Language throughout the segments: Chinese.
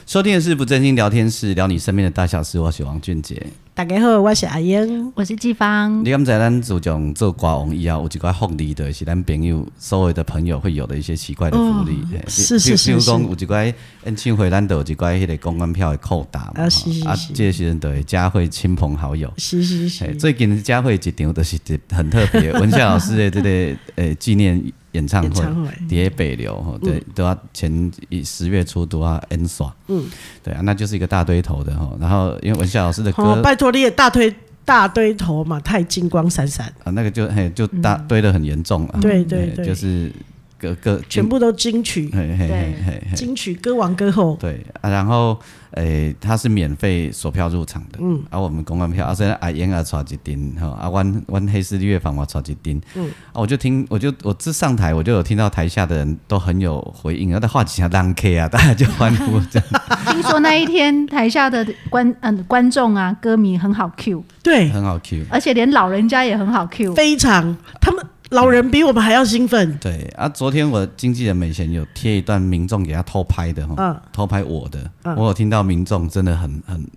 收听的是不正经聊天室，聊你身边的大小事。我是王俊杰。大家好，我是阿英。我是季芳，你敢知咱自从做瓜王以后，有一寡福利的是咱朋友所有的朋友会有的一些奇怪的福利。嘿哦是比是是比如讲是有一寡演唱会，咱都有一寡迄个公关票的扣打嘛。啊吼是是啊是，这个时阵就会加会亲朋好友。是是嘿是，最近的佳慧一场都是很特 别，文夏老师的这个呃纪念演唱演哎会唱会，叠北流吼，嗯对，都要前一十月初都要 N 耍，嗯，对啊，那就是一个大堆头的吼。然后因为文夏老师的歌哦，拜托你也大推大堆头嘛，太金光闪闪，啊，那个就嘿就大堆的很严重了，嗯对对嘿对就是各各全，部都金曲，嘿嘿嘿对嘿嘿，金曲歌王歌后，对啊，然后诶，它是免费索票入场的，嗯，啊，我们公关票，啊，现在阿燕啊炒一丁，哈，啊，阮阮黑丝绿乐坊我炒一丁，嗯，啊，我就听，我就我自上台，我就有听到台下的人都很有回应，然后他话几下浪 K 啊，大家就欢呼这样，听说那一天台下的观 嗯、观众啊歌迷很好 Q，对，很好 Q。而且连老人家也很好 Q。非常，他们老人比我们还要兴奋，对啊，昨天我经纪人美贤有贴一段民众给他偷拍的哈，嗯偷拍我的，我有听到民众真的很很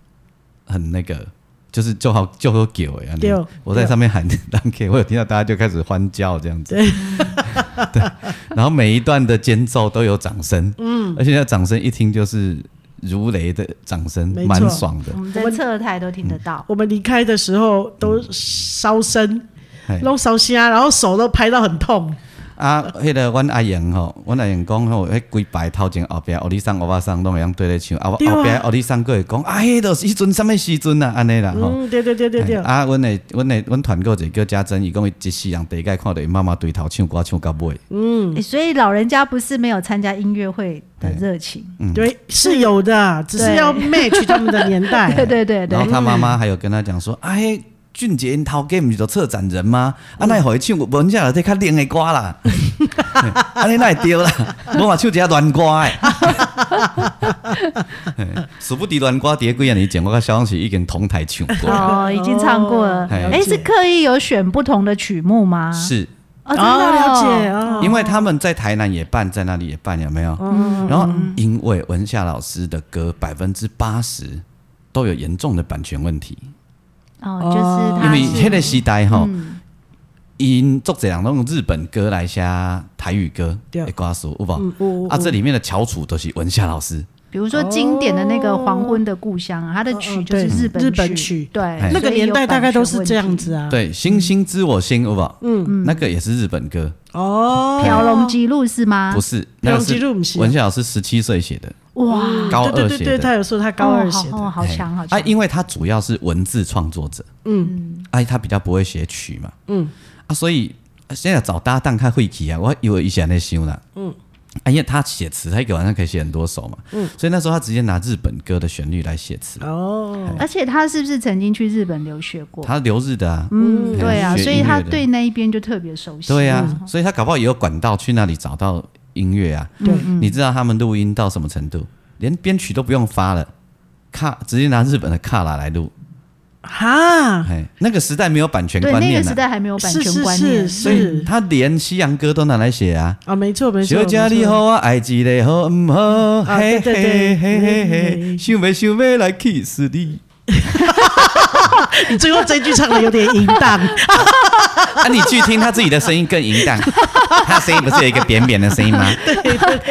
很那个，就是就好就喝酒哎，对我在上面喊 “Danke”，我有听到大家就开始欢叫这样子， 对，然后每一段的间奏都有掌声，嗯，而且那掌声一听就是如雷的掌声没，错蛮爽的我，们在侧台都听得到，我们离开的时候都嗯烧身嘿，弄烧虾，然后手都拍到很痛，啊，迄、个阮阿英吼，阮阿英讲吼，迄规排头前后壁，奥里桑、奥巴桑拢会用对咧唱，啊，后对啊后壁奥里桑佫会讲，啊，迄著是迄阵啥物时阵啊，安尼啦吼。嗯，对对对对对嘿，啊，阮诶，阮诶，阮团购一个叫嘉珍，伊讲伊一世人第一界看到伊妈妈对头唱歌唱到尾，诶所以老人家不是没有参加音乐会的热情。嗯对，是有的，只是对要 match 他们的年代 对。对对然对后，他妈妈还有跟他讲说，啊，迄俊杰因头家毋是做策展人吗？啊，那互伊唱文下来这较冷诶歌 啦，嘿安尼那会对啦，我嘛唱一下乱歌诶。嘿殊不知乱歌伫咧几啊年前，我甲小王是已经同台唱过了，哦，已经唱过了。哦哎，了解是刻意有选不同的曲目吗？是哦，真的哦了解哦，因为他们在台南也办，在那里也办，有没有？哦然后因为文夏老师的歌百分之八十都有严重的版权问题，哦，就是因他为哦迄是嗯个时代吼，因作者人都用日本歌来写台语歌对嗯的歌词，有无？有啊，这里面的翘楚都是文夏老师，比如说经典的那个《黄昏的故乡》啊，它的曲就是日嗯对本日本曲对，哎那个所以有年代大概都是这样子版啊。对，星星知我心，有无？嗯，那个也是日本歌，哦，权问题。《飘龙记录》是吗不？是，飘那龙个记录不是是文夏老师十七岁写的，哇，高对对二对写对，的。他有说他哦高二写哦，的，好好强，好啊，强。因为他主要是文字创作者，嗯，哎、他比较不会写曲嘛，嗯，啊，所以啊现在找搭档看会起啊，我以为以前在想啦，嗯，啊，因为他写词，他一个晚上可以写很多首嘛，嗯，所以那时候他直接拿日本歌的旋律来写词，而且他是不是曾经去日本留学过？他留日的啊，嗯，嗯对啊，学所音以乐他的对那一边就特别熟悉。对嗯啊，所以他搞不好也有管道去那里找到音乐啊，对，嗯你知道他们录音到什么程度，连编曲都不用发了。卡直接拿日本的卡拉来录，哈，哎，那个时代没有版权对观那念啊个呐、时代还没有版是权是观是，念所以是他连西洋歌都拿来写啊。啊，没错没错，小姐你没错好，我爱一个好唔好？啊嘿对对嘿对嘿嘿嘿，嗯想要想要来 kiss 你。你最后这句唱的有点淫 荡，啊，你去听他自己的声音更淫 荡，他声音不是有一个扁扁的声音吗？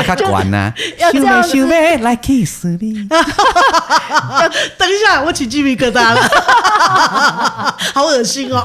他啊管呐，要这样子想要来 kiss 你。等一下，我起鸡皮疙瘩了， 好恶心哦，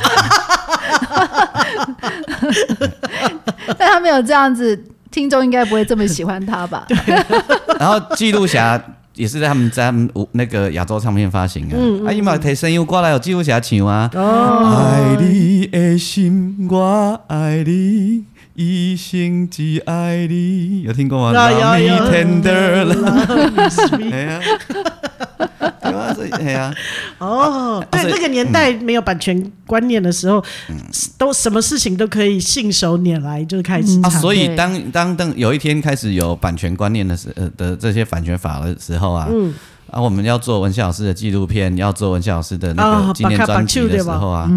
但他没有这样子，听众应该不会这么喜欢 他吧？ 然后记录侠也是在他们在他们那个亚洲唱片发行嗯啊，啊，伊嘛提声优过来有记哦录侠唱啊，爱你的心，我爱你，一心只爱你，有听过吗有有？Love 有 me tender， Love is sweet 哎呀，对啊，所以哎呀，哦，对，啊所以嗯那个年代没有版权观念的时候，都什么事情都可以信手拈来，就是开始嗯啊，唱。所以对当当当有一天开始有版权观念的时呃的这些版权法的时候啊，嗯啊，我们要做文夏老师的纪录片，要做文夏老师的那哦个纪念把卡专辑把手的对时吧嗯哦候啊，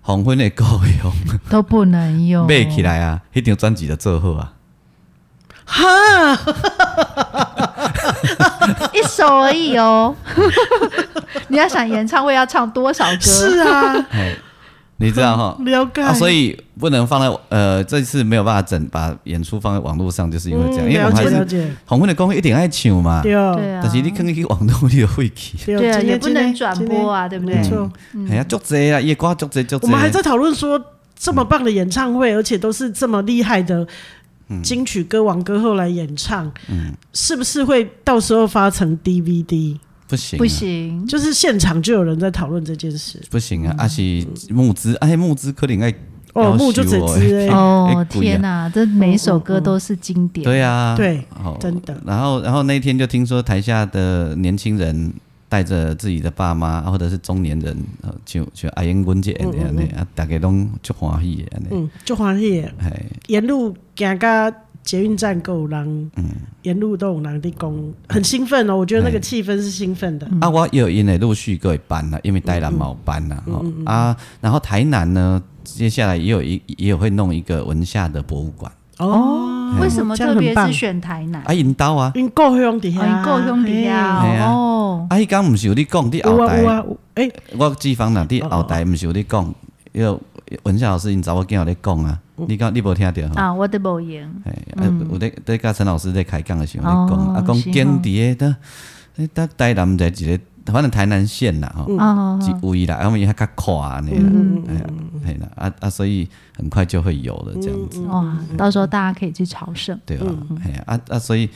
红婚的够用，都不能用，背起来啊，一张专辑的最后啊，哈，一首而已哦。 你要想演唱会要唱多少歌？是 啊，嘿你知道哈？ 了解。啊，所以不能放在呃，这次没有办法整把演出放在网络上，就是因为这样，嗯因为我了们解还了是解，红婚的功一定爱唱嘛，对哦对啊，但是你可能去网络你就会去，对哦对啊今天也不能今天转播啊今对不对天没错，哎呀，足济啊，夜歌足济足嗯济。我们还在讨论说，这么棒的演唱会，而且都是这么厉害的金曲歌王歌后来演唱，嗯是不是会到时候发成 DVD？不行啊，不行，就是现场就有人在讨论这件事。不行嗯啊！啊是募资，哎，募资可能爱哦，要木就求只我知欸哎哦哎，天哪、这每一首歌都是经典。哦对啊，对好真的然后，然后那一天就听说台下的年轻人带着自己的爸妈，啊或者是中年人，呃就就阿英文姐安尼安尼啊，大家拢就欢喜安尼。嗯，就欢喜耶，哎，沿路行到捷运站够人，嗯沿路都有人在讲，很兴奋哦。我觉得那个气氛是兴奋的。嗯啊，我也有因为陆续各班啦，因为嗯台南冇班啦，吼啊，然后台南呢，接下来也有一也有会弄一个文夏的博物馆，哦为什么这特样很别棒是？选台南？啊，引导啊，因够凶底哦，下，你够兄弟啊！嘿哦，啊，迄刚毋是有你讲，你嘿。有后啊台有。啊，有哎，我脂肪人伫后台，毋是有咧讲，迄个文夏老师因查某囝有咧讲啊，你讲你无听着吼？啊，我的某言，哎，啊有咧咧甲陈老师咧开讲的时候哦咧讲，啊是讲哦经伫个搭，搭台南在一个，反正台南县啦吼，哦，一位啦，啊我们伊较阔安尼啦，哎呀，嘿啦，啊啊，所以很快就会有了这样子，哇，到时候大家可以去朝圣。对吧？哎呀，啊啊，所以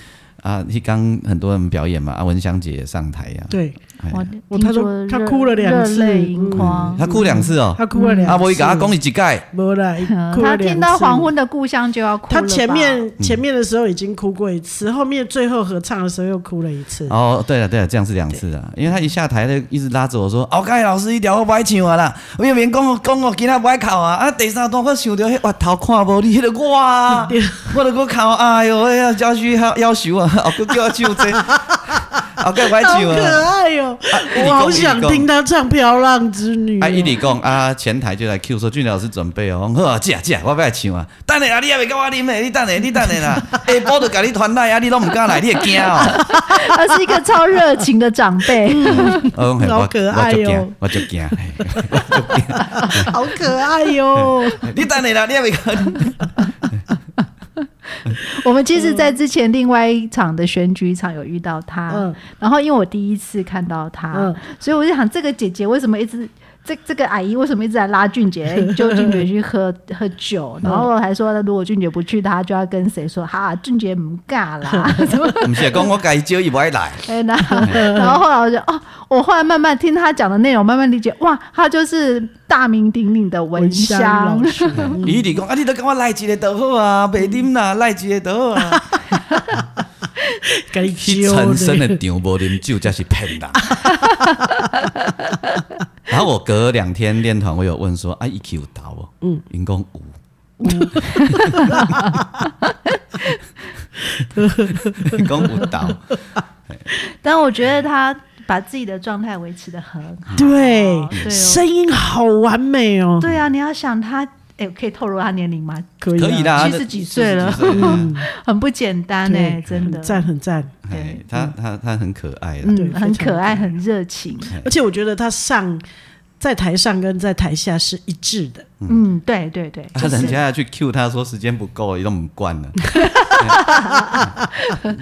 啊，迄刚很多人表演嘛，啊文香姐也上台呀，对，啊哎呀我我听他都说他热哭了两次热泪盈眶。她哭两次哦，他嗯哭了两次。啊无伊甲我讲是一届。没啦，嗯哭了嗯他两次听到黄，昏的故乡就要哭了他吧。前面前面的时候已经哭过一次，后面最后合唱的时候又哭了一次。哦，对了对了，这样是两次的，因为他一下台就一直拉着我说：“敖盖老师，一条我不爱唱啊啦，我有免讲我讲我今仔不爱哭啊，啊第三段我想到迄外头看无你迄个我啊，我就搁哭，哎哟，哎呀，焦许要要求啊，哦，搁叫我唱这，敖盖不爱好唱可啊。爱哟、一直我讲好想听他唱《飘浪之女》哦啊！伊直讲啊，前台就来 Q 说俊老师准备哦，好啊，姐啊姐啊，我不爱唱啊，等下啊，你也袂甲我啉诶，你等下你等下啦，下晡就甲你传来啊，你拢毋敢来，你会惊哦。 他是一个超热情的长辈，我讲嘿我好可爱哦我就惊，我就惊。嘿好可爱哦哟、你等你啦，你还没看。我们其实，在之前另外一场的选举场有遇到他，嗯然后因为我第一次看到他，嗯所以我就想，这个姐姐为什么一直这这个阿姨为什么一直在拉俊杰、揪俊杰去喝喝酒？然后还说，如果俊杰不去，他就要跟谁说？哈，俊杰唔尬啦，什么？不是讲我家招伊不爱来，哎，然后然后后来我就哦，我后来慢慢听他讲的内容，慢慢理解，哇，他就是大名鼎鼎的蚊蚊香香 老。师，嗯伊直讲啊，你都跟我来一个就好啊，袂啉啦，来一个就好 啊。该去揪陈生的的场无啉酒，才是骗 人。然后我隔两天练团，我有问说啊，伊去有倒哦，嗯，因讲有。嗯 因讲有 倒，但我觉得他把自己的状态维持的很好。对哦，对哦声音好完美哦，对啊，你要想他，哎、可以透露他年龄吗？可以啊可以的，啦， 70几岁了嗯70几岁啊很不简单哎、对真的很，赞很赞。哎，他他他很可爱啦，对嗯，很非常可爱，很热情，嗯而且我觉得他上在台上跟在台下是一致的，嗯，对对对，啊就 人是家要去 Q 他说时间不够，伊都唔管了。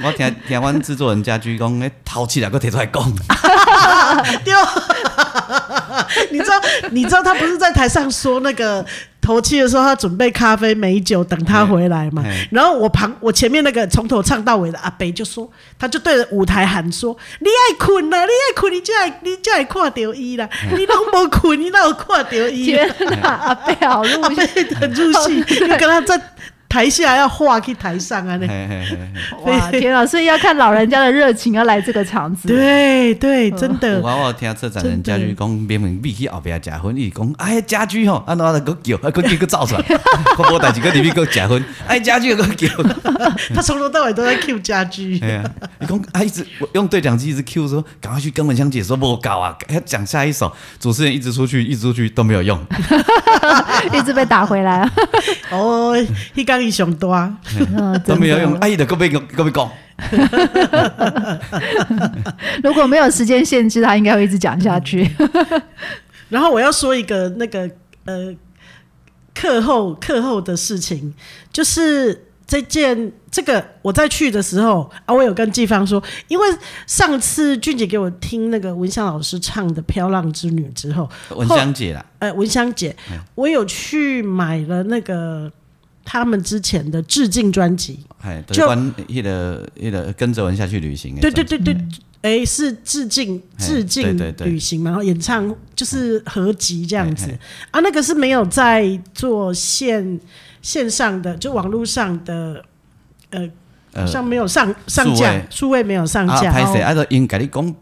我听听阮制作人家居讲，诶，头起来个提出 来讲，对哦， 你知道，你知道他不是在台上说那个头七的时候，他准备咖啡美酒等他回来嘛嘿嘿？然后我旁我前面那个从头唱到尾的阿北就说，他就对着舞台喊说：“你爱困啊啦，你爱困，你就爱你就爱看到伊啦，你拢无困，你哪有看到伊 天哪，阿贝好入阿戏，哦贝很入戏，就跟他在。台下要画去台上啊，那嘿嘿嘿嘿哇，天啊！所以要看老人家的热情，要来这个场子。对对，真有的，啊，我有听策展人家具讲，明明你去后壁食薰，伊讲哎家具吼，安怎啊个叫，啊个叫个走出来， 我无代志个入去个食薰，哎家具个叫， 他从头到尾都在 Q 家居。哎呀，伊讲啊一直我用对讲机一直 Q 说，赶快去跟文香姐说无搞啊，要讲下一首，主持人一直出去一直出去都没有用，一直被打回来。啊哦，一刚一熊多啊，嗯，都 真没有用，的。啊伊就个被个被讲，如果没有时间限制，他应该会一直讲下去。然后我要说一个那个呃课后课后的事情，就是这件这个我在去的时候啊，我有跟季芳说，因为上次俊姐给我听那个文香老师唱的《飘浪之女》之后，文香姐啦，呃，文香姐，我有去买了那个他们之前的致敬专辑，哎，就就是关迄个迄个跟着文下去旅行的对专对辑，对对，哎、是致敬嗯嘿致敬对对对旅行嘛，然后演唱就是合集这样子嘿嘿啊，那个是没有在做线线上的，就网络上的，呃，好像没有上上数架位，数位没有上啊架，拍谁，哦啊都应该你讲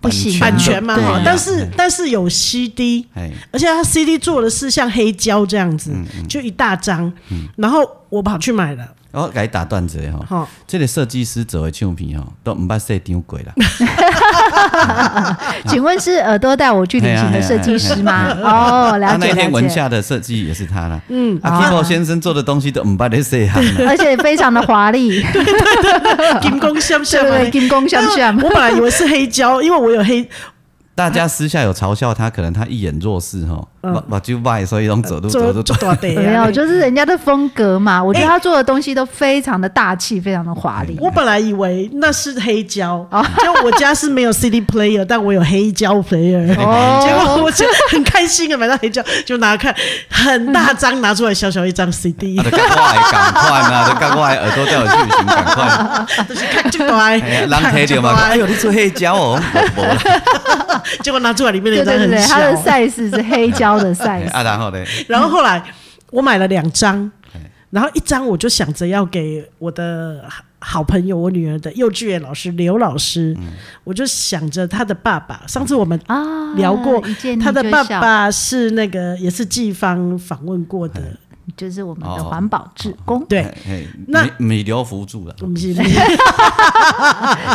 不行版权嘛，对哈啊但是嘿但是有 CD，哎而且它 CD 做的是像黑胶这样子，嗯就一大张，然后我跑去买了，我给你打断一下吼。 哈，这个设计师做的唱片吼，都毋捌设张过 啦。请问是耳朵带我去旅行的设计师吗？哦，啊，了那解一天文了解。夏的设计也是他啦。嗯，啊，Kiko 先生做的东西都毋捌咧设 行啦。而且非常的华丽，对金光闪不闪嘛对？。金光闪闪，我本来以为是黑胶，因为我有黑大家私下有嘲笑他，可能他一眼弱势吼，嗯目目睭歹，所以拢走路走做路做走。大地没啊有，。就是人家的风格嘛。我觉得他做的东西都非常的大气，非常的华丽。我本来以为那是黑胶，哦就我家是没有 CD player，但我有黑胶 player。结 啊哦， 果我就很开心啊的买到黑胶，就拿看，很大张拿出来，小小一张 CD，啊，就赶快，赶快啊！就赶快，耳朵带我去旅行，赶快！就是看就乖，啊哎呀，人看睇就着嘛，哎乖。呦，你做黑胶 哦，无无啦。结果拿出来里面的对一张对对，很他的小， size 是黑胶的 size 哎。啊，然后呢？然后后来我买了两张哎，然后一张我就想着要给我的好朋友，我女儿的幼稚园老师刘老师，嗯我就想着他的爸爸，上次我们啊聊过一见你他的就爸笑爸是那个也是季芳访问过的，就是我们的哦环保志工，对，哎，那米米流辅助了。我们是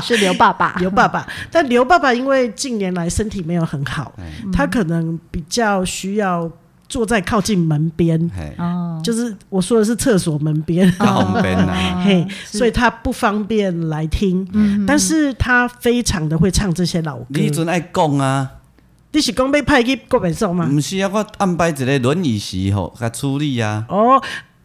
是刘爸爸刘爸 爸。但刘爸爸因为近年来身体没有很好，哎嗯他可能比较需要坐在靠近门边，哎，哦，就是我说的是厕所门边，较方便啊。 嘿，是嗯所以他不方便来听，但是他非常的会唱这些老歌。你迄阵爱讲啊。你是讲被派去国本寿吗？毋是啊，我安排一个轮椅席吼，甲处理啊。哦，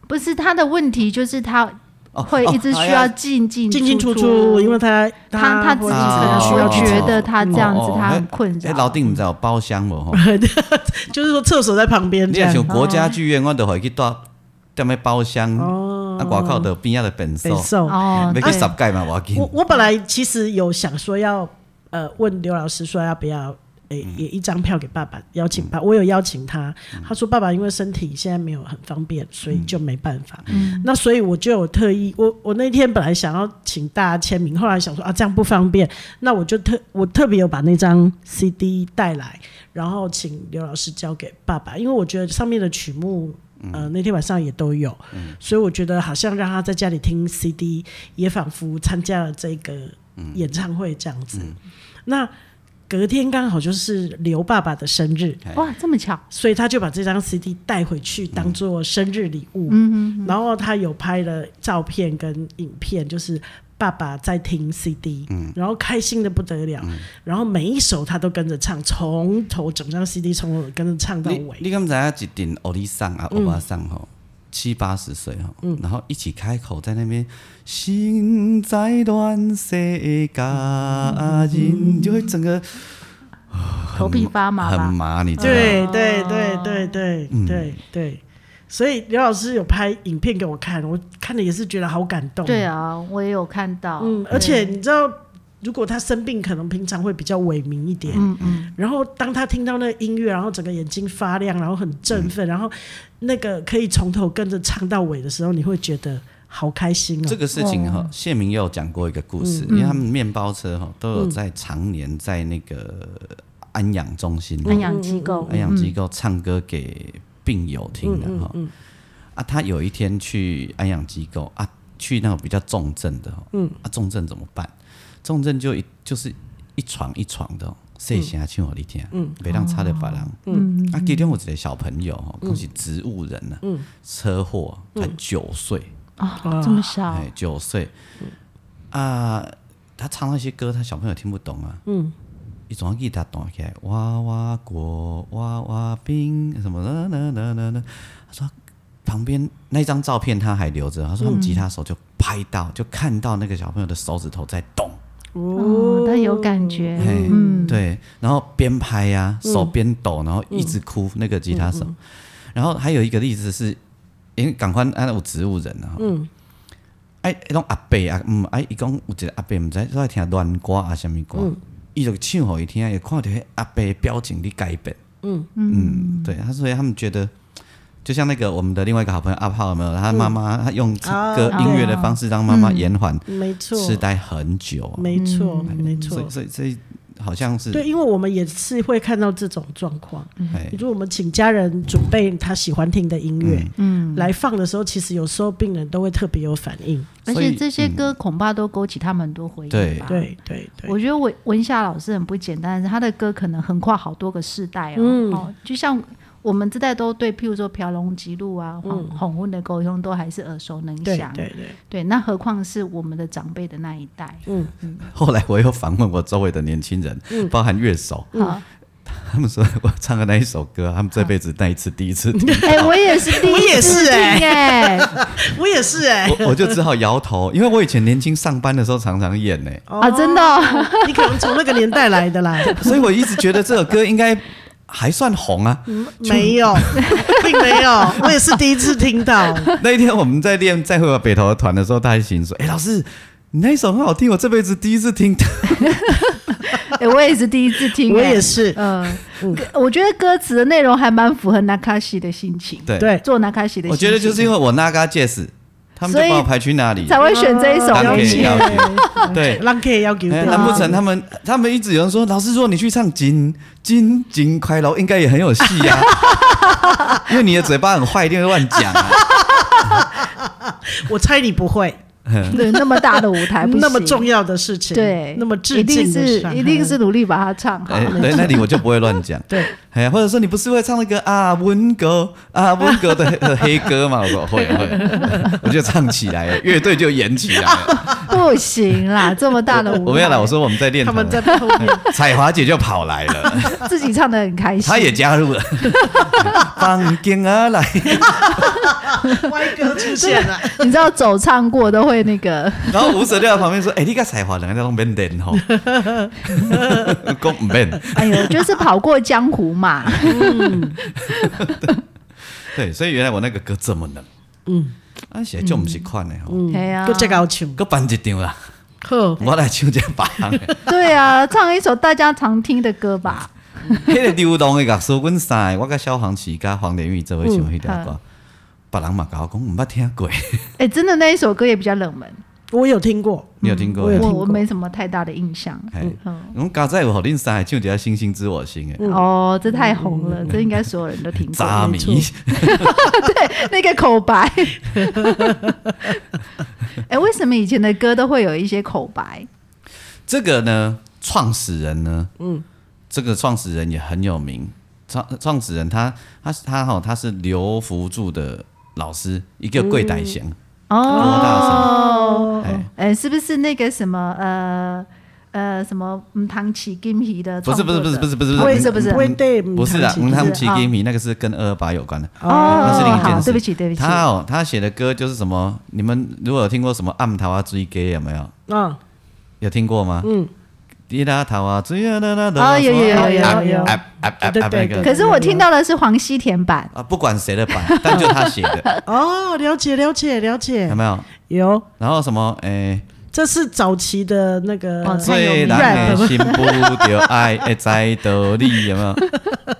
不是他的问题，就是他哦会一直需要进进进进出出，出，因为他他他自己可能需要会去哦觉得他这样子哦哦他很困哎，扰。老顶毋知有包厢无 吼？就是说厕所在旁边你这若样像。国家剧院，我就互伊去带踮咧包厢，哦啊，外口就边仔就便北所，哎寿哦，要对去十届嘛，无要紧我。我本来其实有想说要呃问刘老师说要不要诶、也一张票给爸爸邀请爸，我有邀请他，他说爸爸因为身体现在没有很方便，所以就没办法。那所以我就有特意，我我那天本来想要请大家签名，后来想说啊这样不方便，那我就特我特别有把那张 CD 带来，然后请刘老师交给爸爸，因为我觉得上面的曲目。呃，那天晚上也都有，所以我觉得好像让他在家里听 CD，也仿佛参加了这个演唱会这样子。那隔天刚好就是刘爸爸的生日，哇，这么巧，所以他就把这张 CD 带回去当做生日礼物。嗯然后他有拍了照片跟影片，就是爸爸在听 CD，、然后开心的不得了，然后每一首他都跟着唱，从头整张 CD 从头跟着唱到你尾。你敢知影一顶欧里桑啊，欧巴桑吼，七八十岁吼，然后一起开口在那边，心在乱世家人，就会整个哼，头皮发麻很吧？麻，你知道吗？对对对对对嗯对对，所以刘老师有拍影片给我看，我看了也是觉得好感动。对啊，我也有看到，嗯，而且你知道如果他生病，可能平常会比较萎靡一点。嗯嗯，然后当他听到那个音乐，然后整个眼睛发亮，然后很振嗯奋，然后那个可以从头跟着唱到尾的时候，你会觉得好开心哦。这个事情哈，谢明也有讲过一个故事，因为他们面包车哈都有在常年在那个安养中心、安养机构，安养机构唱歌给病友听的哈。啊，他有一天去安养机构啊，去那种比较重症的，嗯，啊，重症怎么办？重症就一就是一床一床的哦，谁先请我你听，嗯，别让差的别人，嗯，啊，今天我一个小朋友哦，恭喜植物人呢，嗯，车祸才九岁，哦，这么小，哎，九岁啊，他唱那些歌，他小朋友听不懂啊。嗯，一种吉他弹起来，娃娃果，娃娃冰，什么啦啦啦啦啦。他说旁边那张照片他还留着，他说他们吉他手就拍到，就看到那个小朋友的手指头在动。哦，他有感觉，嗯嘿，嗯对，然后边拍呀、手边抖，然后一直哭，那个吉他嗯手。然后还有一个例子是，因为赶快按有植物人啊，嗯，哎，那种阿伯啊，嗯，哎，伊讲有一个阿伯，毋知都爱听乱歌啊，什物嗯歌，伊、就唱互伊听，也看着迄阿伯的表情咧改变，嗯嗯，对，他所以他们觉得。就像那个我们的另外一个好朋友阿炮有没有？他妈妈、他用啊嗯歌音乐的方式让妈妈延缓没错，痴呆很久啊、没错，嗯没所错以。所以所以好像是对，因为我们也是会看到这种状况。 哎比如我们请家人准备他喜欢听的音乐，嗯，来放的时候，其实有时候病人都会特别有反应。而所且以这些歌恐怕都勾起他们很多回忆对吧。嗯对对对，我觉得文文夏老师很不简单，他的歌可能横跨好多个世代哦。嗯哦，就像我们这代都对，譬如说《飘龙集路》啊，《红红昏的沟通》都还是耳熟能对详。嗯对对，对那何况是我们的长辈的那一代。嗯后来我又访问我周围的年轻人，包含乐手， 嗯好，他们说我唱的那一首歌，他们这辈子那一次第一次听，哎，我也是第一 我也次是听哎哎，我也是哎、我我就只好摇头，因为我以前年轻上班的时候常常演呢、 啊，真的哦， 你可能从那个年代来的啦，所以我一直觉得这首歌应该还算红啊。没有，并没有，我也是第一次听 到。那一天我们在练再会吧北投的团的时候，大家一起说：“哎、老师，你那一首很好听，我这辈子第一次听。 哎，我也是第一次听，我哎也。是，嗯，歌我觉得歌词的内容还蛮符合 Nakashi 的心情”，对，对，做 Nakashi 的心情。我觉得就是因为我那嘎 Jazz，他们就所以把我排去那里。才会选这一首啊当然歌可以曲。要求，对，浪 K 要给哎，我，难不成他们他们一直有人说，老师说你去唱《金金金快乐》应该也很有戏 呀、啊，因为你的嘴巴很坏，一定会乱 讲啊。我猜你不会对，那么大的舞台，不那么行重要的事情，对，那么致一定敬的是事啊 一定是努力把它唱好哎。，对，那里我就不会乱讲。对，哎呀，或者说你不是会唱那个啊文革啊文革的 的黑歌嘛？我说会 会，我就唱起来了，乐队就演起来了。不行啦，这么大 的舞台，我没有啦，我说我们在练他堂们在了，后面。彩华姐就跑来 了，自己唱的很开心。她也加入了，放金啊来。歪哥出现 了，你知道走唱过都会那个，然后吴哲就在旁边说：“哎、你个才华人家拢免练吼， 讲唔免。哎呦，就是跑过江湖嘛。对，所以原来我那个歌这么冷。嗯，啊，写就唔是款的吼，哎呀嗯就，这个要求。搁办一张啦，呵，我来唱一别人 的。对啊，唱一首大家常听的歌吧。迄个流动的乐师，阮三个，我甲萧煌奇、甲黄连玉做伙唱迄条歌，别人嘛甲我讲唔捌听过，哎，真的那一首歌也比较冷门，我有听过，你有听过我？有我听过我没什么太大的印象。哎，嗯，我刚才有互恁三个唱一下《星星知我心》嗯诶，哦，这太红了，这应该所有人都听过。渣迷没错 对，那个口 白。哎、为什么以前的歌都会有一些口白？这个呢，创始人呢，嗯，这个创始人也很有名。创创始人他他他哈、他是刘福柱的老师，一个贵歹贤，嗯哦哦，哎、哎、是不是那个什么呃呃什么嗯唐奇金皮的不创是作不者？是不是不是啊不是不会是不是不会对不是啊，嗯嗯，他们不是奇啊给米那个是跟二二八有关的。哦，那是另一件好，事。对不起对不起，他哦，他写的歌就是什么？你们如果有听过什么《暗桃花追 gay》有没有？啊，有听过吗？嗯。滴答桃花追啊啦啦啦。哦有有有有啊有啊啊啊啊对对那对个可是我听到的是黄西田版，啊，不管谁的版，但就他写的，哦，了解了解了解嗯有，没有？有然后什么？诶、这是早期的那个哦太有最名难了的心不就爱会知道理，有没 有？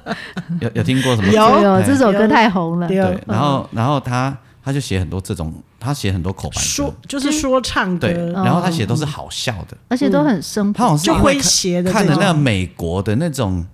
有有听过什么？有嗯哎呦哎这首歌太红了，对对，然后然后他他就写很多这种，他写很多口白说歌，就是说唱对，的，然后他写都是好笑的，而且都很生他好活像是哦就因为诙看谐的看这了那个种。美国的那种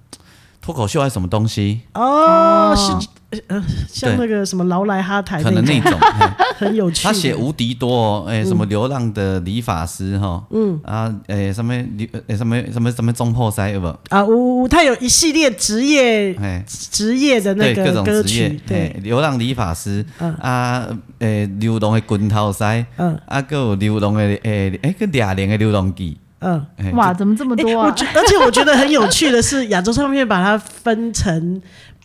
脱口秀还是什么东西，哦，是呃，像那个什么劳莱哈台可能那种，种。嘿很有趣。他写无敌多、哦，嗯哎、什么流浪的理发师哈、嗯啊，哎、什么流，哎、什么什么什么中破塞有没有？啊，呜，他有一系列职业哎、职业的那对各个种歌职曲业，，嘿对，流浪理发师、啊，诶、流浪的滚头塞，嗯啊，还有流浪的诶，诶、个俩连的流浪记，嗯。嘿哇，怎么这么诶多我啊？觉而且我觉得很有趣的是，亚洲唱片把它分成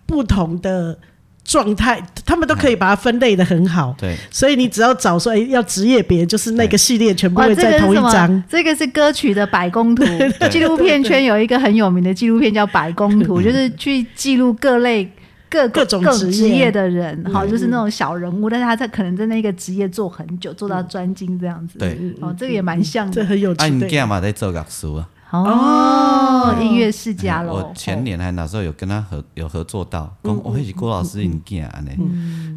不同的状态，他们都可以把它分类的很好。对，所以你只要找说，哎、要职业别，就是那个系列全部哇，会这个在是同一什么张。？这个是歌曲的百工图。纪录片圈有一个很有名的纪录片叫《百工图》，就是去记录各类。各各种职业职业的人，哈，就是那种小人物，但是他在可能在那个职业做很久，做到专精这样子。对，哦，这个也蛮像这的。很有啊，趣你的。干嘛在做乐书啊？哦，音乐世家嘿喽。哦我前年还那时候有跟他合有合作到，嗯跟我一起郭老师你干安呢？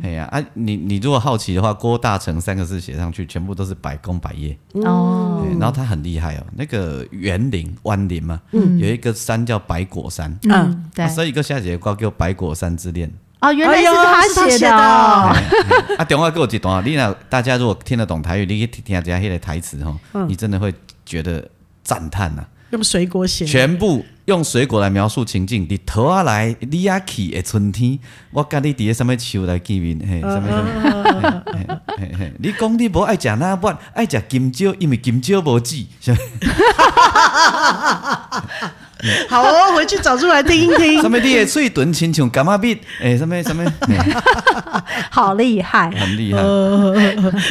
哎呀啊，你你如果好奇的话，郭大成三个字写上去，全部都是百工百业。哦，对，然后他很厉害哦，那个园林湾林嘛，嗯有一个山叫百果山，嗯，对啊，所以一个下一个歌叫《百果山之恋哦，原来是哎呦他是他写写的的哦哦》。嘿 啊，中间还有一段，你若大家如果听得懂台语，你去听一下那个台词吼，嗯你真的会觉得赞叹呐！用水果写的，全部用水果来描述情境，你头啊来，你啊去的春天，我甲你伫咧什么树来见面，嘿，哦什么什么，嘿嘿嘿嘿，你讲你无爱食那碗，爱食金蕉，因为金蕉无籽，什么好哦，回去找出来听一听 什。么你的嘴唇亲像柑仔蜜，诶，什么什么，嘿 好厉害！很厉害， 哦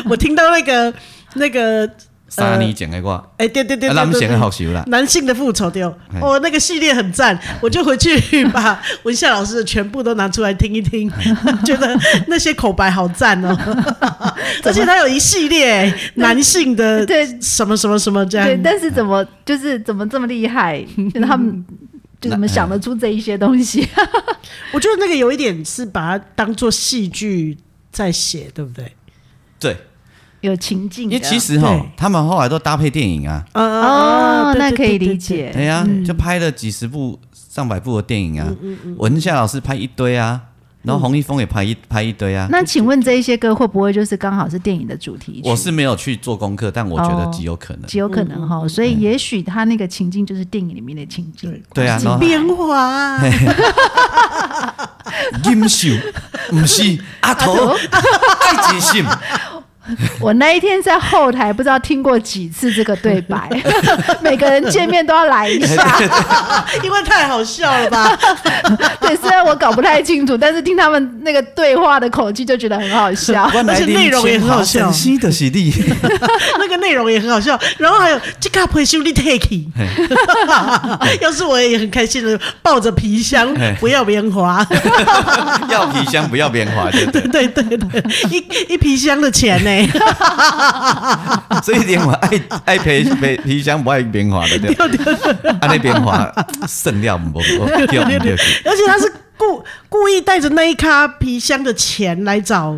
我听到那个那个，三年前的我，啊，哎、对对对对男对性对的好熟啦，男性的复仇对哦，哎哦，那个系列很赞，哎我就回去把文夏老师的全部都拿出来听一听，哎 觉得那些口白好赞 哦，而且他有一系列男性的对什么什么什么这样对，，但是怎么就是怎么这么厉害？就是 他们就怎么想得出这一些东西？ 我觉得那个有一点是把它当做戏剧在写，对不对？对，有情境因的，为其实哈嗯对，他们后来都搭配电影啊，啊哦，那可以理。对对对对对解。对呀、就拍了几十部、上百部的电影啊。文夏老师拍一堆啊，然后洪一峰也拍一拍一堆啊。那请问这一些歌会不会就是刚好是电影的主题曲？我是没有去做功课，但我觉得哦极有可能。极有可能嗯哈，所以也许他那个情境就是电影里面的情境。对啊，然嗯后变化，哎金秀不是阿头，爱之心，哦我那一天在后台不知道听过几次这个对白， 每个人见面都要来一 下。 因为太好笑了吧？对，虽然我搞不太清楚，但是听他们那个对话的口气就觉得很 好笑。我来而且内容也很好笑西的洗地， 那个内容也很好笑，然后还有这个朋兄弟 take，嘿 要是我也很开心的抱着皮箱哎，不要变化，要皮箱不要变化，对不 对？对对对，一一皮箱的钱 呢？这一点我爱爱皮皮皮箱不爱变化的，对不对？啊，那变化剩掉不不掉不掉。而且他是故故意带着那一咖皮箱的钱来找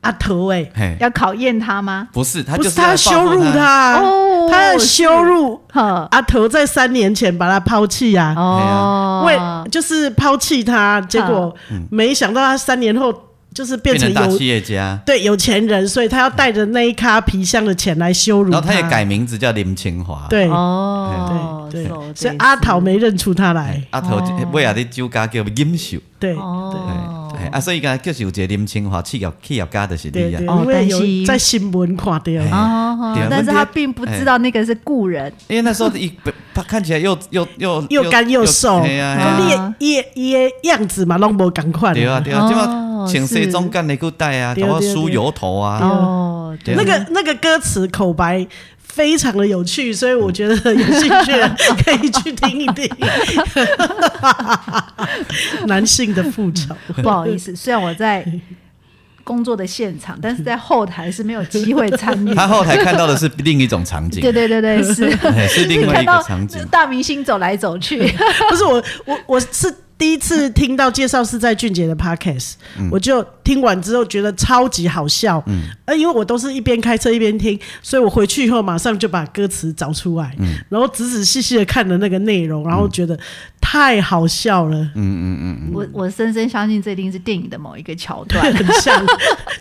阿头哎，嘿，要考验他吗？不是，他不就是是要他羞辱报复他他。啊，哦他要羞辱 呵，阿头在三年前把他抛弃哎啊，哦，为就是抛弃他，结果没想到他三年后就是变嗯变成成大有企业家，对有钱人，所以他要带着那一咖皮箱的钱来羞辱然后他也改名字叫林清华。，对哦，对手对，所以得阿是桃没认出他来，啊头哦尾啊的酒家叫林秀，对哦，嘿啊，所以讲就是有一个林清华企业企业家就是对你啊对，，哦因为有但是在新闻看哎到，哦对啊但是问他题并不知道那个是故人，因为那时候一 他看起来又又又又干又瘦，对啊，嘿他啊列列列样子嘛，拢无赶快。对啊对哦啊，就要请西装是干内裤带啊，对头发对梳对油头啊，哦，对啊那个那个歌词口白非常的有趣，所以我觉得有兴趣的可以去听一 听。 男性的复仇， 不好意思，虽然我在工作的现场，但是在后台是没有机会参与。 他后台看到的是另一种场景对，对对 对，是哎 是另外看一个到场景。大明星走来走去， 不是我，我我是第一次听到介绍是在俊杰的 podcast，、我就听完之后觉得超级好笑，呃，因为我都是一边开车一边听，所以我回去以后马上就把歌词找出来，然后仔仔细细的看了那个内容，然后觉得太好笑了，嗯我我深深相信这一定是电影的某一个桥段。很像，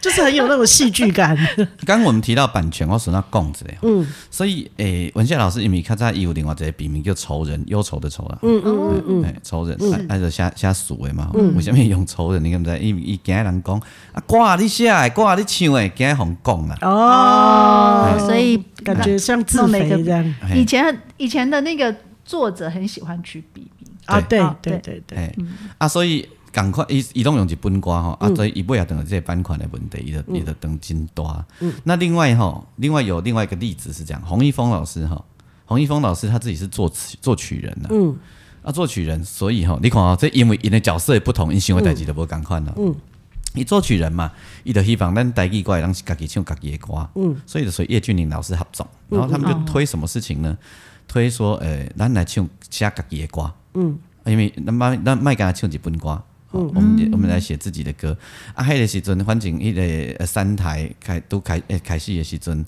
就是很有那种戏剧感，刚刚我们提到版权，我手上供子嘞，嗯，所以诶，文宪老师，因为较早伊有另外一个笔名叫仇人，忧愁的仇啦，嗯哦嗯嗯嗯，仇人，啊啊就写写词的嘛，为什么用仇人？你敢不知？因为伊惊人讲啊，歌啊你写的，歌啊你唱的，惊互讲啊啦， 哦，所以感觉像自弄了肥一个这样哎以前以前的那个作者很喜欢取笔名，啊，对哦对对对对，哎，啊，所以赶快，伊伊拢用日本歌吼，啊，所以伊尾也等这个版权的问题，伊就伊就当真大。那另外吼，另外有另外一个例子是这样，洪一峰老师吼，洪一峰老师他自己是作词作曲人呐、啊，嗯，啊作曲人，所以吼，你看哦，这因为因的角色也不同，因想的代志就无共款咯，嗯。伊作曲人嘛，伊就希望咱台语歌，咱是家己唱家己的歌，嗯，所以就随叶俊麟老师合作，然后他们就推什么事情呢？推说，呃，咱来唱写家己的歌，因为咱麦咱麦跟他唱日本歌，哦嗯我们也我们来写自己的歌。啊，迄个时阵，反正迄个呃三台开都开诶开始的时阵，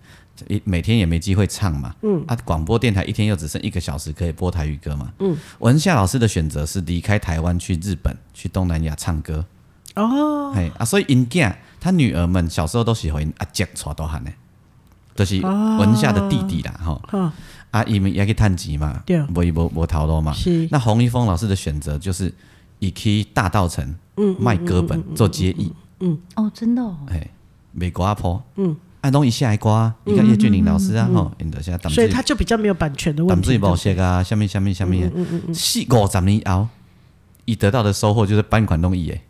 一每天也没机会唱嘛。嗯，啊，广播电台一天又只剩一个小时可以播台语歌嘛。嗯，文夏老师的选择是离开台湾去日本、去东南亚唱歌。哦，嘿啊，所以因囝他女儿们小时候都是互因阿叔带大汉的，就是文夏的弟弟啦，吼、哦啊，伊们也去趁钱嘛，对无伊无无头路嘛是。那洪一峰老师的选择就是，伊去大道城卖歌本做接艺，哦，真的哦，哎，卖歌谱，嗯，按拢伊写的歌啊，你看叶俊麟老师啊，吼，因着写淡所水以他就比较没有版权的问淡题水，无色啊，下面下面下面，四五十年后，伊得到的收获就是版权拢伊诶。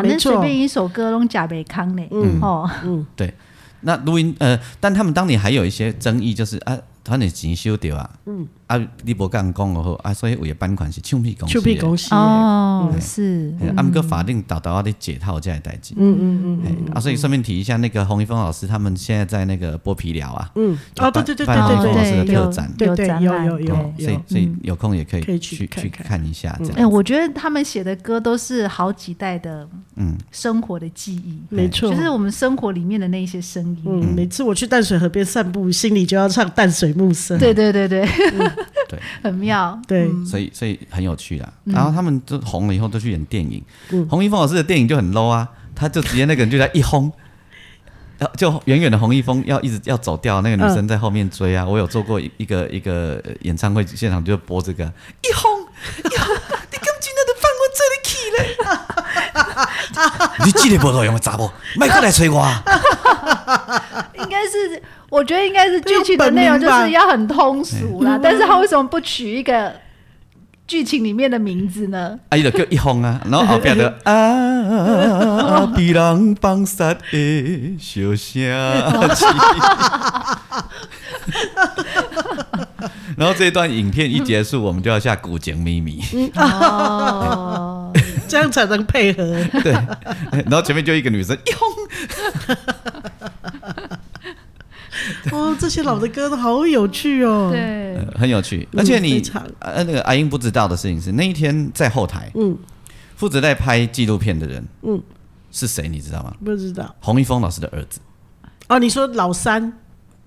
嗯没那随错嗯便一首歌拢贾北康呢，哦，对，那录音呃，但他们当年还有一些争议，就是啊，反正钱收掉啊，嗯，啊，你无甲人讲好啊，所以有的版权嗯是唱片公司丘的比恭喜，哦，是，嘿啊，毋过法定导导要咧解套这样代志。嗯嗯嗯。啊，所以顺便提一下，那个洪一峰老师他们现在在那个剥皮寮啊，嗯，哦，有对对对办对办对洪对一峰老师的对，特展对对展有览有有嗯哦所以所以有空也可可以以去去看去看看一下这哎，样。我觉得他们写的歌都是好几代的，嗯，生活的记忆，没错，就是我们生活里面的那一些声音。嗯，每次我去淡水河边散步，心里就要唱《淡水暮色》。对对对对，对， 很妙。对，所以所以很有趣啦。然后他们就红了以后都去演电影，洪一峰老师的电影就很 low 啊，他就直接那个人就在一轰。 然后就远远的洪一峰要一直要走掉，那个女生在后面追啊！我有做过一一个一个呃演唱会现场，就播这个一轰一轰，你根本今天都放我这里去了。 你记得不路用的查某，莫过来催我啊！应该是，我觉得应该是剧情的内容就是要很通俗哎啦。但是他为什么不取一个剧情里面的名字 呢？啊，伊就叫一风啊，然后后壁就啊，被人放杀的小声气。 然后这一段影片一结束，我们就要下古井咪咪，哦，这样才能配合。 对，然后前面就一个女生一轰，哦，这些老的歌都好有趣哦。，对，呃很有趣。而且非你常呃那个阿英不知道的事情是，那一天在后台，嗯，负责在拍纪录片的人，嗯，是谁你知道吗？不知道洪一峰老师的儿子，哦。你说老三，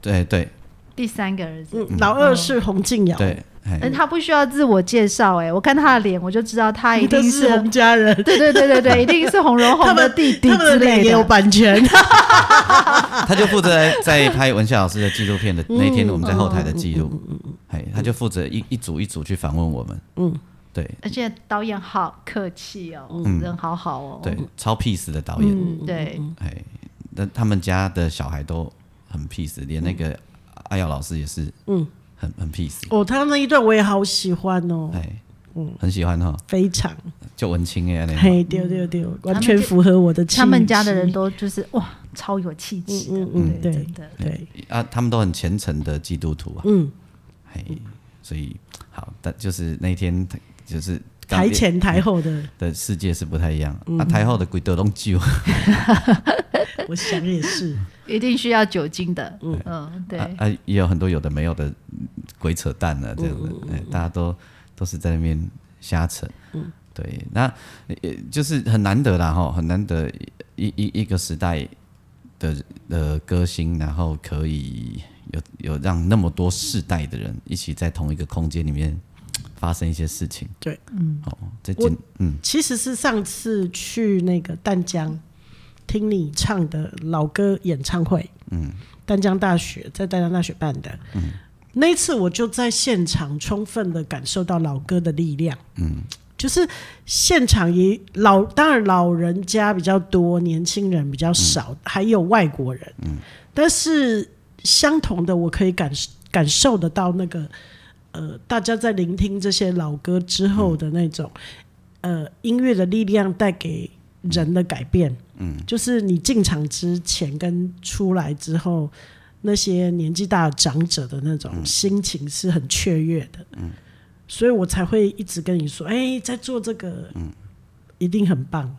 对对第三个儿子，嗯，老二是洪敬尧，对，哎而他不需要自我介绍，哎，我看他的脸我就知道他一都定是是，洪家人， 对对对对 对，一定是红荣他红的们弟弟他们的之脸类也有的。版 权。他就负责在在拍文夏老师的纪录片的那一天，我们在后台的记录，哎，他就负责一一组一组去访问我们，嗯，对而且导演好客气哦，人好好哦。对，超 peace 的导演，嗯，对，哎，但他们家的小孩都很 peace，连那个阿耀老师也是，嗯，很很 peace，哦，他那一段我也好喜欢哦，哎，很喜欢哈，非常就文青哎，那样嘿，丢丢丢，完全符合我的气质。嗯他们家的人都就是哇，超有气质的，嗯嗯对对，真的。对，啊，他们都很虔诚的基督徒啊，嗯，哎，所以好，但就是那一天就是。台前台后的，的世界是不太一样，啊，台后的鬼都拢酒，我想也是。一定需要酒精的。嗯嗯，对啊，啊，也有很多有的没有的嗯鬼扯淡了，这样子，哎大家都都是在那边瞎扯。对，那也就是很难得啦，哈，很难得一一一个时代的的歌星，然后可以有有让那么多世代的人一起在同一个空间里面发生一些事情。对，嗯，哦，这件，嗯，其实是上次去那个淡江听你唱的老歌演唱会，嗯，淡江大学在淡江大学办的，嗯，那一次我就在现场充分的感受到老歌的力量，嗯，就是现场也老，当然老人家比较多，年轻人比较少，还有外国人，嗯，但是相同的，我可以感感受得到那个。呃，大家在聆听这些老歌之后的那种，呃，音乐的力量带给人的改变，嗯，就是你进场之前跟出来之后，那些年纪大的长者的那种心情是很雀跃的，嗯，所以我才会一直跟你说，哎、在做这个，嗯，一定很棒，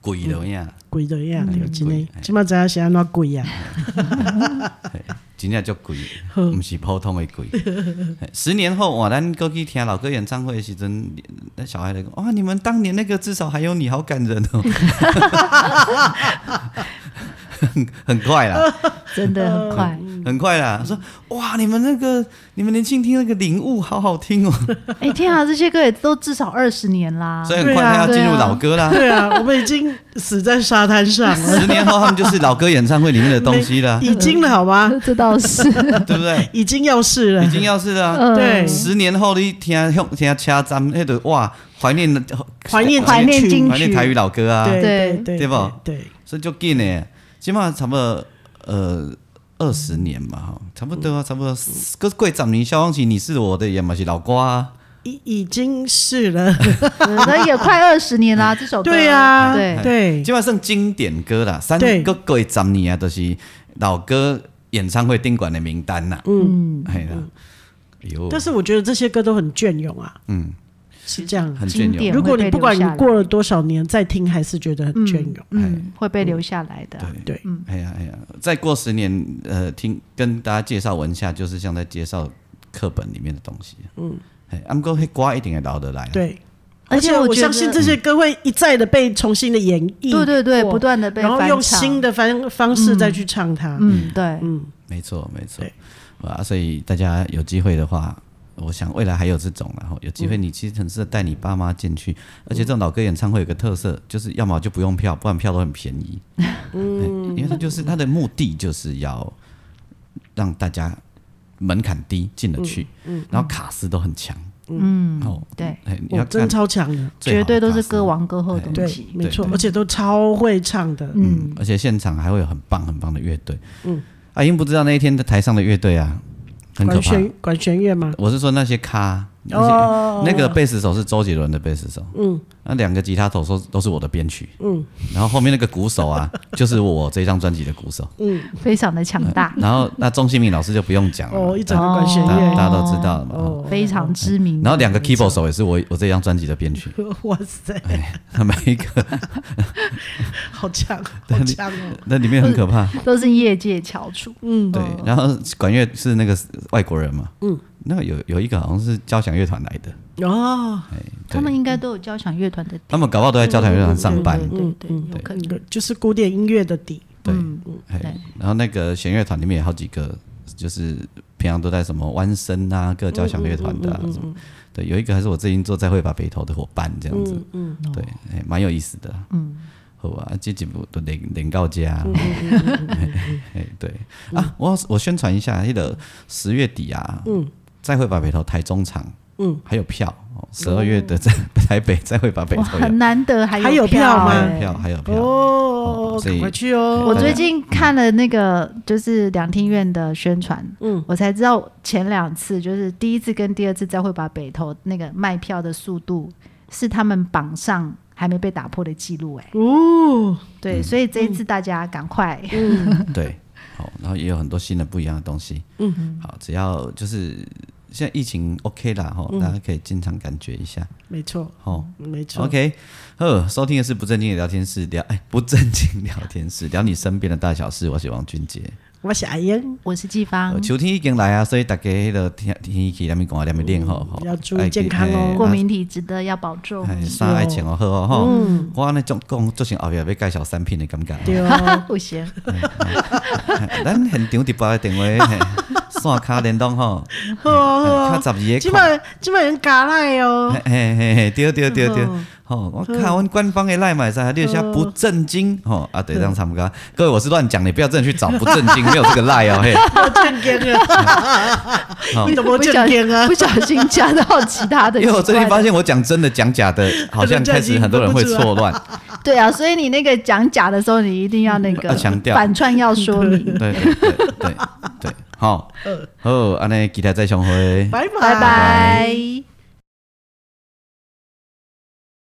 鬼了呀，贵的呀，有今天今麦知道是安怎贵呀，真正足贵，毋是普通的贵。 嘿十年后哇，咱过去听老歌演唱会的时阵，那小孩来讲，哇，你们当年那个至少还有你，好感人哦。 很很快啦，真的很快。很快啦。说哇，你们那个你们年轻听那个领悟，好好听哦，哎，天啊，这些歌也都至少二十年啦所。以很快他要进入老歌啦。对啊，我们已经死在沙滩上 了，十年后他们就是老歌演唱会里面的东西 啦，已经了好吗？这倒 是，对不对？已经要是了已，经要是啦、嗯对十年后你听向听车站那个哇，怀念怀念怀念金曲金曲怀念台语老歌啊，对对对对吧对，所以就近呢，起码差不多呃二十年嘛哈，差不多啊，差不嗯多。可是过十年，萧煌奇你是我的也嘛是老歌啊，已已经是了，嗯那也快二十年啦，这首歌。对呀，对哦对啊起码算经典歌啦，三对个过十年啊，都是老歌演唱会定馆的名单呐，嗯，哎呀，哎呦，但是我觉得这些歌都很隽永啊，嗯，是这样。很经隽永。典如果你不管会被留下你来过了多少年再听，还是觉得很隽永。嗯，会被留下来的。对，哎呀哎呀，再过十年，呃，听跟大家介绍文下，就是像在介绍课本里面的东西。嗯，哎，阿哥黑瓜一定会留得来。，啊对，而而且且我我觉相得信这些歌会一再的被重新的演绎，对对对，过不断的被然后翻用唱新的方方式再去唱它。嗯，对，嗯，没错没错对。啊，所以大家有机会的话，我想未来还有这种，然后有机会你其实很适合带你爸妈进去，而且这种老歌演唱会有个特色，就是要么就不用票，不然票都很便宜。嗯，因为它就是它的目的就是要让大家门槛低进得去，然后卡斯都很强。嗯，哦，对，哎，你我要真看超强的，最绝好的对都是卡斯歌王歌后等对级，。没错对，而且都超会唱的。嗯，而且现场还会有很棒很棒的乐队。嗯，阿英不知道那一天的台上的乐队啊，很可管怕。弦管弦乐 吗？我是说那些咖，那些、哦那个贝斯手是周杰伦的贝斯手，嗯，那两个吉他手说都是我的编曲，嗯，然后后面那个鼓手啊， 就是我这张专辑的鼓手，非常的强大，然后那钟兴民老师就不用讲了嘛，哦，一整个管弦大乐。大家都知道了嘛。哦，非常知名。哎然后两个 keyboard 手也是我我这张专辑的编曲， 哇塞，哎，他们一个好强， 好强哦！那里面很可怕，都是业界翘楚，对，然后管乐是那个外国人嘛，嗯，那有有一个好像是交响乐团来的，哦，哎，他们对应该都有交响乐团的底他们搞不好都在交响乐团上班，对对嗯对，有可能。嗯就是古典音乐的底。对，对哎，然后那个弦乐团里面有好几个，就是平常都在什么弯声啊，各交响乐团的啊什么，对，有一个还是我最近做再会吧北投的伙伴这样子，嗯，对，哎，蛮有意思的，嗯，好啊，这几部都连连到家，嗯 哎，对啊，我我宣传一下，那个十月底啊，嗯，再会吧北投台中场，嗯，还有票，十二月的在 台北再会吧北哇，投有很难得还还有票票吗还有哎票，还有票，哦哦，所以赶快去哦！我最近看了那个就是两厅院的宣传，嗯，我才知道前两次就是第一次跟第二次再会把北投那个卖票的速度是他们榜上还没被打破的记录，哎，哦，嗯对，所以这一次大家赶快， 嗯对，好，然后也有很多新的不一样的东西。嗯，好，只要就是现在疫情 OK 啦，吼，大家可以经常感觉一下，没错，吼。嗯没错。 OK，呵，收听的是不正经的聊天室，聊哎 不正经聊天室，聊你身边的大小事。我是王俊杰，我是阿英，我是季芳嗯呃，秋天已经来啊，所以大家迄个天天气两面讲啊，两面练吼，吼嗯要注意健康哦哎过敏体质的要保重。哎，三爱情哦，好哦，吼、我安尼总讲做成后壁要介绍产品的感觉。嗯对哦， 不行，哎 咱现场直播的电话，嘿线卡联动吼，好哦，好卡哦十二即个款。摆即摆人加来哦 嘿，嘿嘿嘿，对对对对，吼，我看阮官方的赖买噻，你有些不正经吼啊，对，这样参加。各位，我是乱讲的，不要真的去找不正经，没有这个赖哦，嘿，我正经啊，你怎么不小正经啊不？小心加到其他的奇怪的。 因为我最近发现我讲真的讲假的，好像开始很多人会错乱。对啊，所以你那个讲假的时候，你一定要那个嗯要强调反串要说 明。对对对对对，好，好，安尼期待再相会。拜拜拜拜。